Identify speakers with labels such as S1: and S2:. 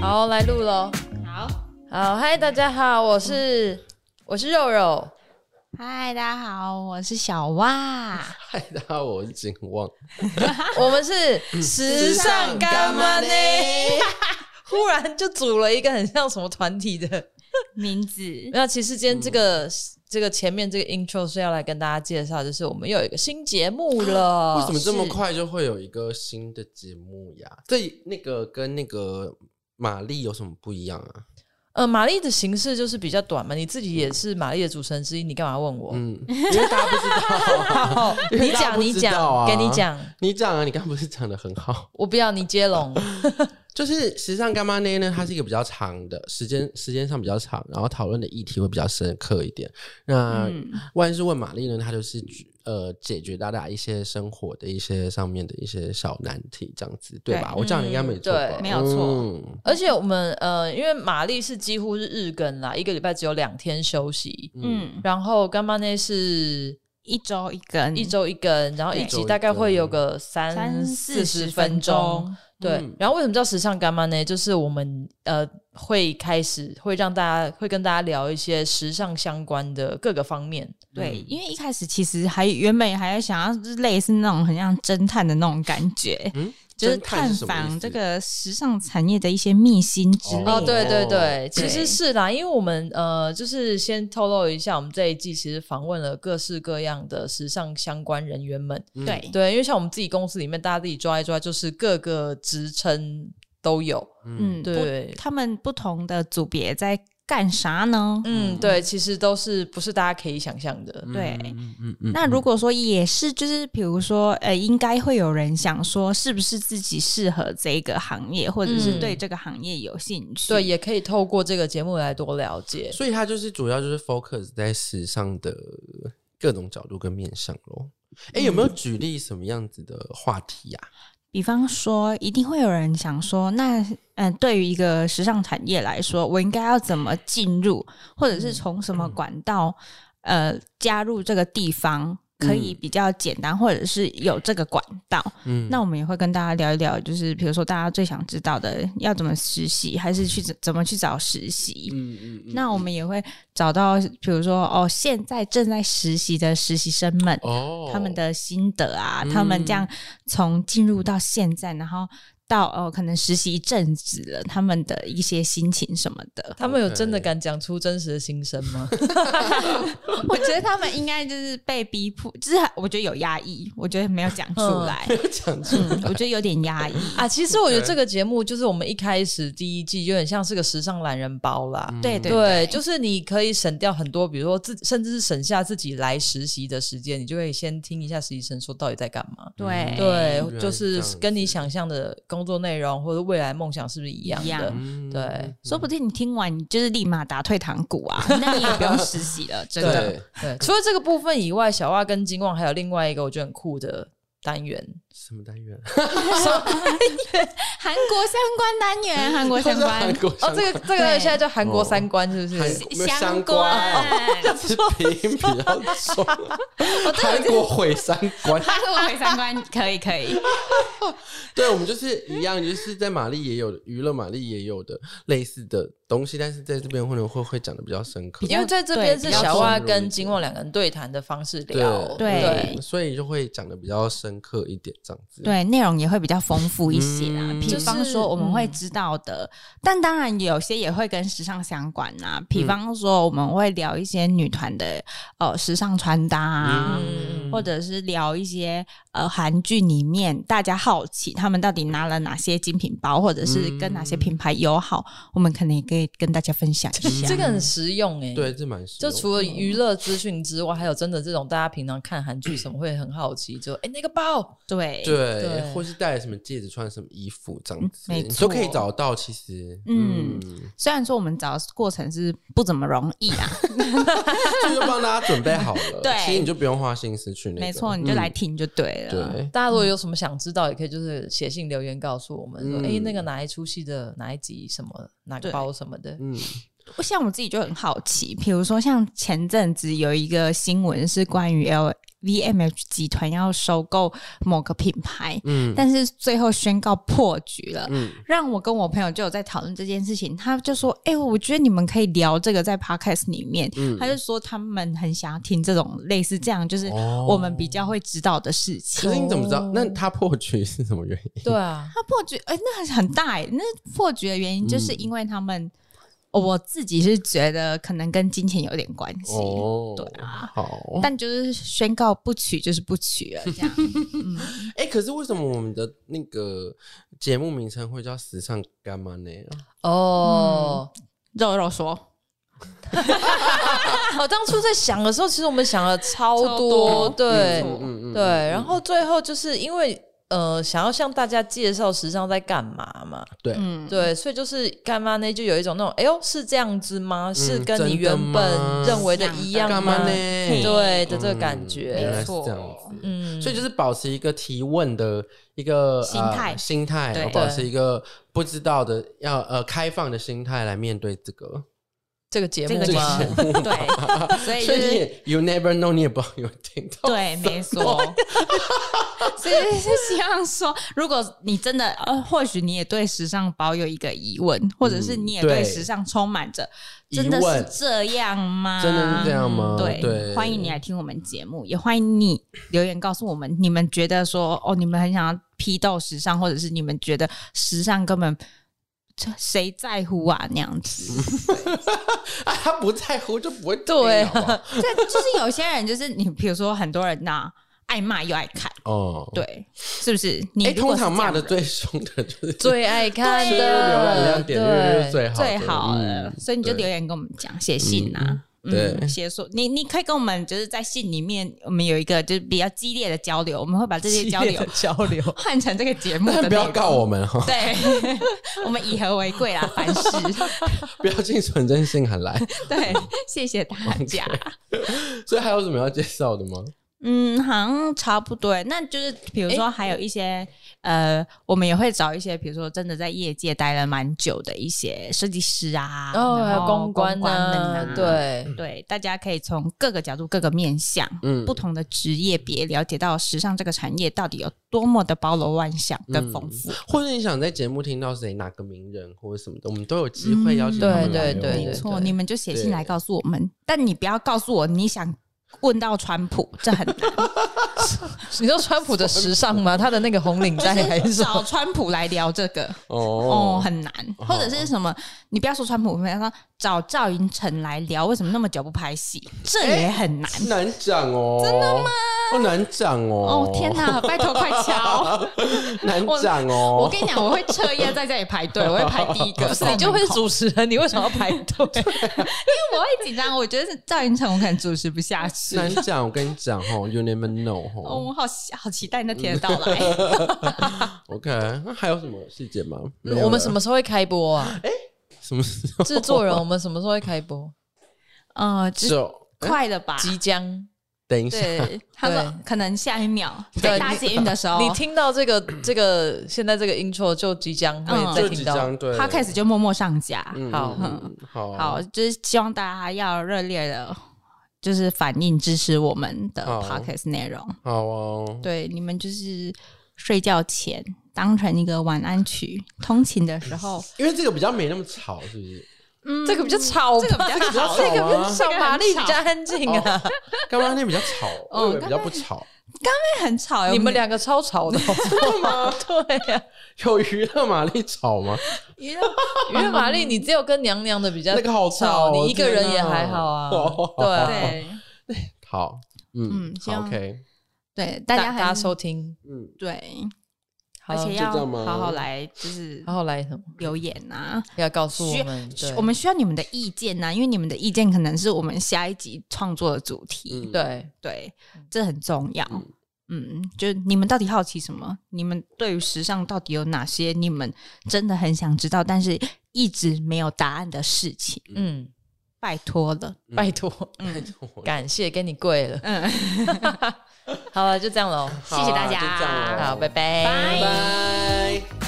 S1: 好，来录喽。
S2: 好，
S1: 好，嗨，大家好，我是我是肉肉。
S2: 嗨，大家好，我是小哇。
S3: 嗨，大家好，我是景旺。
S1: 我们是时尚干妈呢，忽然就组了一个很像什么团体的。
S2: 名字
S1: 没有，其实今天这个、这个前面这个 intro 是要来跟大家介绍，就是我们又有一个新节目
S2: 哦
S1: 了。
S3: 为什么这么
S2: 是
S3: 快就会有一个新的节目呀？这那个跟那个玛丽有什么不一样啊？
S1: 呃，玛丽的形式就是比较短嘛，你自己也是玛丽的主持人之一，你干嘛问
S2: 哦
S1: 我？
S3: 嗯，因为大家不知道，
S1: 好，你
S3: 大家
S1: 讲，
S3: 不
S1: 你
S3: 知道
S1: 讲，
S3: 啊
S1: 给你讲，
S3: 你讲啊，你刚刚不是讲的很好？
S1: 我不要你接龙。
S3: 就是时尚干嘛呢？呢，它是一个比较长的时间，时间上比较长，然后讨论的议题会比较深刻一点。那
S2: 嗯
S3: 万事问玛丽呢，它就是举呃解决大家一些生活的一些上面的一些小难题，这样子对吧？
S2: 对
S3: 我讲的应该没错吧，
S1: 嗯对
S2: 没有错
S3: 嗯
S1: 而且我们呃，因为玛丽是几乎是日更啦，一个礼拜只有两天休息，
S2: 嗯，
S1: 然后干妈呢是
S2: 一周一根，
S1: 一周一根，然后一
S2: 嗯对
S1: 集大概会有个三
S2: 三
S1: 四
S2: 四
S1: 十
S2: 十
S1: 分
S2: 分
S1: 钟。
S2: 钟。
S1: 对，
S3: 嗯
S1: 然后为什么叫时尚干妈呢？就是我们呃会开始会让大家会跟大家聊一些时尚相关的各个方面，
S2: 对，
S3: 嗯
S2: 因为一开始其实还原本还想要就是类似那种很像侦探的那种感觉，
S3: 嗯，
S2: 就是
S3: 侦探
S2: 探
S3: 是什么意
S2: 访
S3: 思
S2: 这个时尚产业的一些秘辛之类的。
S1: 哦，对对
S3: 哦
S1: 对，其
S2: 对
S1: 实是啦，因为我们呃，就是先透露一下，我们这一季其实访问了各式各样的时尚相关人员们。
S3: 嗯
S2: 对
S1: 对，因为像我们自己公司里面，大家自己抓一抓，就是各个职称都有。
S3: 嗯，
S2: 嗯，不，
S1: 对，
S2: 他们不同的组别在干啥呢？
S1: 嗯，对，其实都是不是大家可以想象的。
S2: 对
S3: 嗯嗯嗯
S2: 那如果说也是，就是比如说，呃，应该会有人想说，是不是自己适合这个行业，或者是
S1: 嗯
S2: 对这个行业有兴趣？
S1: 对，也可以透过这个节目来多了解。，
S3: 所以它就是主要就是 focus 在时尚的各种角度跟面向咯。哎、
S2: 嗯
S3: 有没有举例什么样子的话题啊呀、
S2: 比方说，一定会有人想说，那嗯、呃对于一个时尚产业来说，我应该要怎么进入，或者是从什么管道，呃，加入这个地方可以比较简单，或者是有这个管道。
S3: 嗯，
S2: 那我们也会跟大家聊一聊，就是比如说大家最想知道的，要怎么实习，还是去怎怎么去找实习？
S3: 嗯嗯嗯
S2: 那我们也会找到，比如说哦，现在正在实习的实习生们，
S3: 哦，
S2: 他们的心得啊，
S3: 嗯
S2: 他们这样从进入到现在，然后到哦，可能实习一阵子了，他们的一些心情什么的
S1: 他们有真的
S3: OK
S1: 敢讲出真实的心声 吗？
S2: 我觉得他们应该就是被逼迫，就是我觉得有压抑，我觉得没有讲出来，
S3: 讲出嗯
S2: 嗯，我觉得有点压抑。
S1: 啊，其实我觉得
S3: OK
S1: 这个节目就是我们一开始第一季有点像是个时尚懒人包啦。
S3: 嗯
S2: 对对
S1: 对，就是你可以省掉很多，比如说自，甚至是省下自己来实习的时间，你就可以先听一下实习生说到底在干嘛。
S2: 对
S3: 原来
S1: 对，
S3: 是
S1: 就是
S3: 这样
S1: 跟你
S3: 子
S1: 想象的工作内容或者未来梦想是不是一样
S2: 一
S1: 的？
S2: 样
S3: 嗯
S1: 对
S2: 说不定你听完，你就是立马打退堂鼓啊！那你也不用实习了，真的。
S3: 对
S1: 对，除了这个部分以外，小袜跟金旺还有另外一个我觉得很酷的单元，
S3: 什么单元？啊
S2: 韩国相关单元，韩国相关
S3: 韩国
S1: 哦，这个这个
S2: 对
S1: 现在叫韩国三观是不
S3: 哦韩
S1: 是？
S3: 国没有相关，是鼻音比较重，韩国毁三观。
S2: 他说我回三观可以可以，
S3: 对，我们就是一样，就是在玛丽也有的娱乐，玛丽也有的类似的东西，但是在这边可能会会讲的比较深刻
S2: 比。较
S1: 因为在这边是
S2: 对比较
S1: 小袜
S3: 深入一
S1: 跟
S3: 点
S1: 金旺两个人对谈的方式
S3: 对嗯
S1: 聊，
S2: 对
S3: 所以就会讲的比较深刻一点，这样子。
S2: 对，内容也会比较丰富一些啦。
S3: 嗯
S2: 比方
S1: 就是
S2: 说我们会知道的，但当然有些也会跟时尚相关呐、
S1: 嗯
S2: 比方说我们会聊一些女团的呃时尚穿搭啊。
S1: 嗯
S2: 或者是聊一些呃韩剧里面大家好奇他们到底拿了哪些精品包，或者是跟哪些品牌友好，我们可能也可以跟大家分享一
S3: 啊
S2: 下。
S1: 这个很实用哎、
S3: 对，嗯这蛮实
S1: 就
S3: 用
S1: 除了娱乐资讯之外，还有真的这种大家平常看韩剧什么会很好奇，就哎、诶那个包，
S2: 对，
S3: 对，
S1: 对
S3: 或是戴了什么戒指，穿什么衣服这样子，
S2: 嗯没
S3: 你都可以
S2: 错
S3: 找到。其实，
S2: 嗯虽然说我们找的过程是不怎么容易啊，
S3: 这就帮大家准备好了。
S2: 对
S3: 其实你就不用花心思去那个，
S2: 没错，你就来
S3: 嗯
S2: 听就对了。
S3: 对，
S1: 大家如果有什么想知道，也可以就是写信留言告诉我们说，哎、
S3: 嗯
S1: 那个哪一出戏的哪一集什么哪个
S2: 对
S1: 包什么的，
S3: 嗯，
S2: 我像我自己就很好奇，比如说像前阵子有一个新闻是关于 L VMH 集团要收购某个品牌，
S3: 嗯
S2: 但是最后宣告破局了。
S3: 嗯，
S2: 让我跟我朋友就有在讨论这件事情，他就说：“哎、我觉得你们可以聊这个在 podcast 里面。
S3: 嗯
S2: 他就说他们很想要听这种类似这样，就是
S3: 哦
S2: 我们比较会知道的事情。
S3: 可是你怎么知道？那他破局是什么原 因？
S1: 对啊，
S2: 他破局，哎、那很大哎、那破局的原因
S3: 嗯
S2: 就是因为他们，哦我自己是觉得可能跟金钱有点关系。
S3: 哦，
S2: 对啊
S3: 好。
S2: 但就是宣告不娶就是不娶 了，这样
S3: 哎、可是为什么我们的那个节目名称会叫“时尚干妈”呢？
S1: 哦。
S3: 嗯
S2: 肉肉说，
S1: 我当初在想的时候，其实我们想了超多，
S2: 超多
S1: 对、
S2: 没错
S3: 嗯
S1: 对，然后最后就是因为呃，想要向大家介绍时尚在干嘛嘛，
S3: 对，
S2: 嗯，
S1: 对，所以就是干妈呢，就有一种那种，哎呦，是这样子吗？是
S3: 嗯
S1: 跟你
S3: 真的
S1: 原
S3: 吗
S1: 本认为的一样
S3: 干
S1: 吗
S3: 嘛？呢？
S1: 对的这个感
S3: 嗯
S1: 觉
S3: 原来是
S2: 没错
S3: 这样子。
S1: 嗯，
S3: 所以就是保持一个提问的一个
S2: 心
S3: 呃
S2: 态
S3: 心态，
S2: 对
S3: 然后保持一个不知道的要呃开放的心态来面对这个。
S1: 这个节
S2: 这
S1: 目
S2: 个节
S1: 吗？
S2: 目对，所以
S3: 所
S2: 就
S3: 以你
S2: 是
S3: 也 you never know，你也不知道 有听到。
S2: 对，没错。 所以是希望说，如果你真的呃，或许你也对时尚保有一个疑问，或者是你也对
S3: 对
S2: 时尚充满着
S3: 疑
S2: 真的
S3: 问
S2: 是这样吗？嗯
S3: 真的是这样吗？
S2: 对，
S3: 对，
S2: 欢迎你来听我们节目，也欢迎你留言告诉我们，你们觉得说哦，你们很想要批斗时尚，或者是你们觉得时尚根本这谁在乎啊那样 子。
S3: 啊！他不在乎就不会听
S1: 对啊
S3: 好不好
S2: 对，就是有些人就是你，比如说很多人呐、爱骂又爱看，
S3: 哦，
S2: 对，是不是？你
S3: 哎，
S2: 如果
S3: 通
S2: 是
S3: 常
S2: 这
S3: 骂
S2: 样
S3: 的
S2: 人
S3: 最凶的就是
S1: 最爱看
S3: 就是浏览量
S1: 的，
S3: 点就
S1: 对，
S3: 是最好
S2: 最
S3: 的
S2: 好了，
S3: 嗯
S2: 所以你就
S3: 对
S2: 留言跟我们讲，写信呐、
S3: 嗯对
S2: 嗯，写说你你可以跟我们就是在信里面，我们有一个就是比较激烈的交流，我们会把这些交流
S1: 交 流，
S2: 换成这个节目的
S3: 但不要
S2: 内容
S3: 告我 们哈，
S2: 对，我们以和为贵啦，凡事。
S3: 不要寄存真信函来。
S2: 对，谢谢大家。
S3: 所以还有什么要介绍的吗？
S2: 嗯，好像差不多耶。那就是比如说，还有一些、呃，我们也会找一些，比如说真的在业界待了蛮久的一些设计师啊，
S1: 哦，还
S2: 然
S1: 有
S2: 后
S1: 公关
S2: 们
S1: 啊，
S2: 啊，
S1: 对，
S2: 对，大家可以从各个角度、各个面向。
S3: 嗯
S2: 不同的职业别了解到时尚这个产业到底有多么的包罗万象跟
S1: 嗯
S2: 丰富，
S3: 或者你想在节目听到谁哪个名人或者什么的，我们都有机会邀请他
S1: 嗯
S3: 们
S1: 对
S3: 来哦。
S1: 对对
S2: 没错，
S1: 对
S2: 你们就写信
S3: 对
S2: 来告诉我们，但你不要告诉我你想问到川普，这很难。
S1: 你说川普的时尚 吗？他的那个红领带还是什
S2: 找
S1: 么？
S2: 川普来聊这个哦
S3: 哦，
S2: 很难，或者是什么？你不要说川普，我们要说找赵寅成来聊，为什么那么久不拍戏？这也很难。
S3: 难讲哦，真的吗？哦，难讲
S2: 哦，
S3: 哦
S2: 天哪！拜托，快敲！
S3: 难讲哦。
S2: 我跟你讲，我会彻夜在这里排队，我会排第一个。
S1: 哦不是，你就会是主持人，你为什么要排队？
S2: 因为我会紧张。我觉得是赵寅成，我可能主持不下 去。
S3: 难讲，我跟你讲哦 y o u never know
S2: 哦，
S3: 哦。
S2: 我好好期待那天的到来。
S3: OK，那还有什么细节吗？没有了
S1: 嗯我们什么时候会开播啊？
S3: 什么时候
S1: 制作人，我们什么时候会开播？
S2: 呃，就是
S3: 就
S2: 快了吧？
S1: 即将。
S3: 等一下，
S2: 对，他说可能下一秒在
S1: 对
S2: 搭
S1: 你
S2: 捷运的时候，
S1: 你 听到这个这个现在这个 intro 就即将
S2: 嗯
S1: 会
S3: 就
S1: 再
S3: 几
S1: 听到
S3: 张对，
S2: 他开始就默默上架。
S3: 嗯
S1: 好
S3: 嗯
S1: 哦
S3: 好
S2: 好，就是希望大家要热烈的，就是反应支持我们的
S3: 好
S2: podcast 内容。
S3: 好哦。
S2: 对，你们就是睡觉前当成一个晚安曲，通勤的时 候，
S3: 因为这个比较没那么吵，是不是？
S2: 嗯，
S1: 这个比较吵吧，
S2: 这个比较哦
S3: 吵
S2: 好，
S3: 这个比较吵啊
S1: 上玛丽比较安静啊，
S3: 刚刚那比较吵，
S2: 哦
S3: 我以为比较不吵，
S2: 很吵。
S1: 你们两个超吵 的，对
S2: 啊
S1: 呀。
S3: 有娱乐玛丽吵吗？
S2: 娱乐
S1: 因为玛丽，你只有跟娘娘的比较
S3: 那个好吵哦，
S1: 你一个人
S3: 天
S1: 也
S3: 哪
S1: 还好 啊
S3: 哦，
S1: 对啊
S2: 对
S3: 好，嗯
S2: 嗯，希望
S3: o k
S2: 对，大
S1: 大
S2: 家
S1: 大
S2: 还
S1: 家
S2: 是
S1: 收听，
S3: 嗯，
S2: 对，
S1: 好
S2: 而且要
S3: 就这样吗
S2: 好好来，就是
S1: 然后来什么
S2: 留言啊。
S1: 要告诉
S2: 需
S1: 我们，对
S2: 我们需要你们的意见啊呐、因为你们的意见可能是我们下一集创作的主题。
S3: 嗯
S1: 对
S2: 对，这很重要
S3: 嗯。
S2: 嗯，就是你们到底好奇什么？你们对于时尚到底有哪些你们真的很想知道，但是一直没有答案的事情？
S1: 嗯，
S2: 拜托了，
S1: 拜托，
S2: 嗯
S1: 感谢给你跪了，
S2: 嗯，
S1: 好了，就这样喽，
S2: 谢谢大家
S3: 好啊就这样咯
S1: 好，拜拜，
S2: 拜
S3: 拜拜。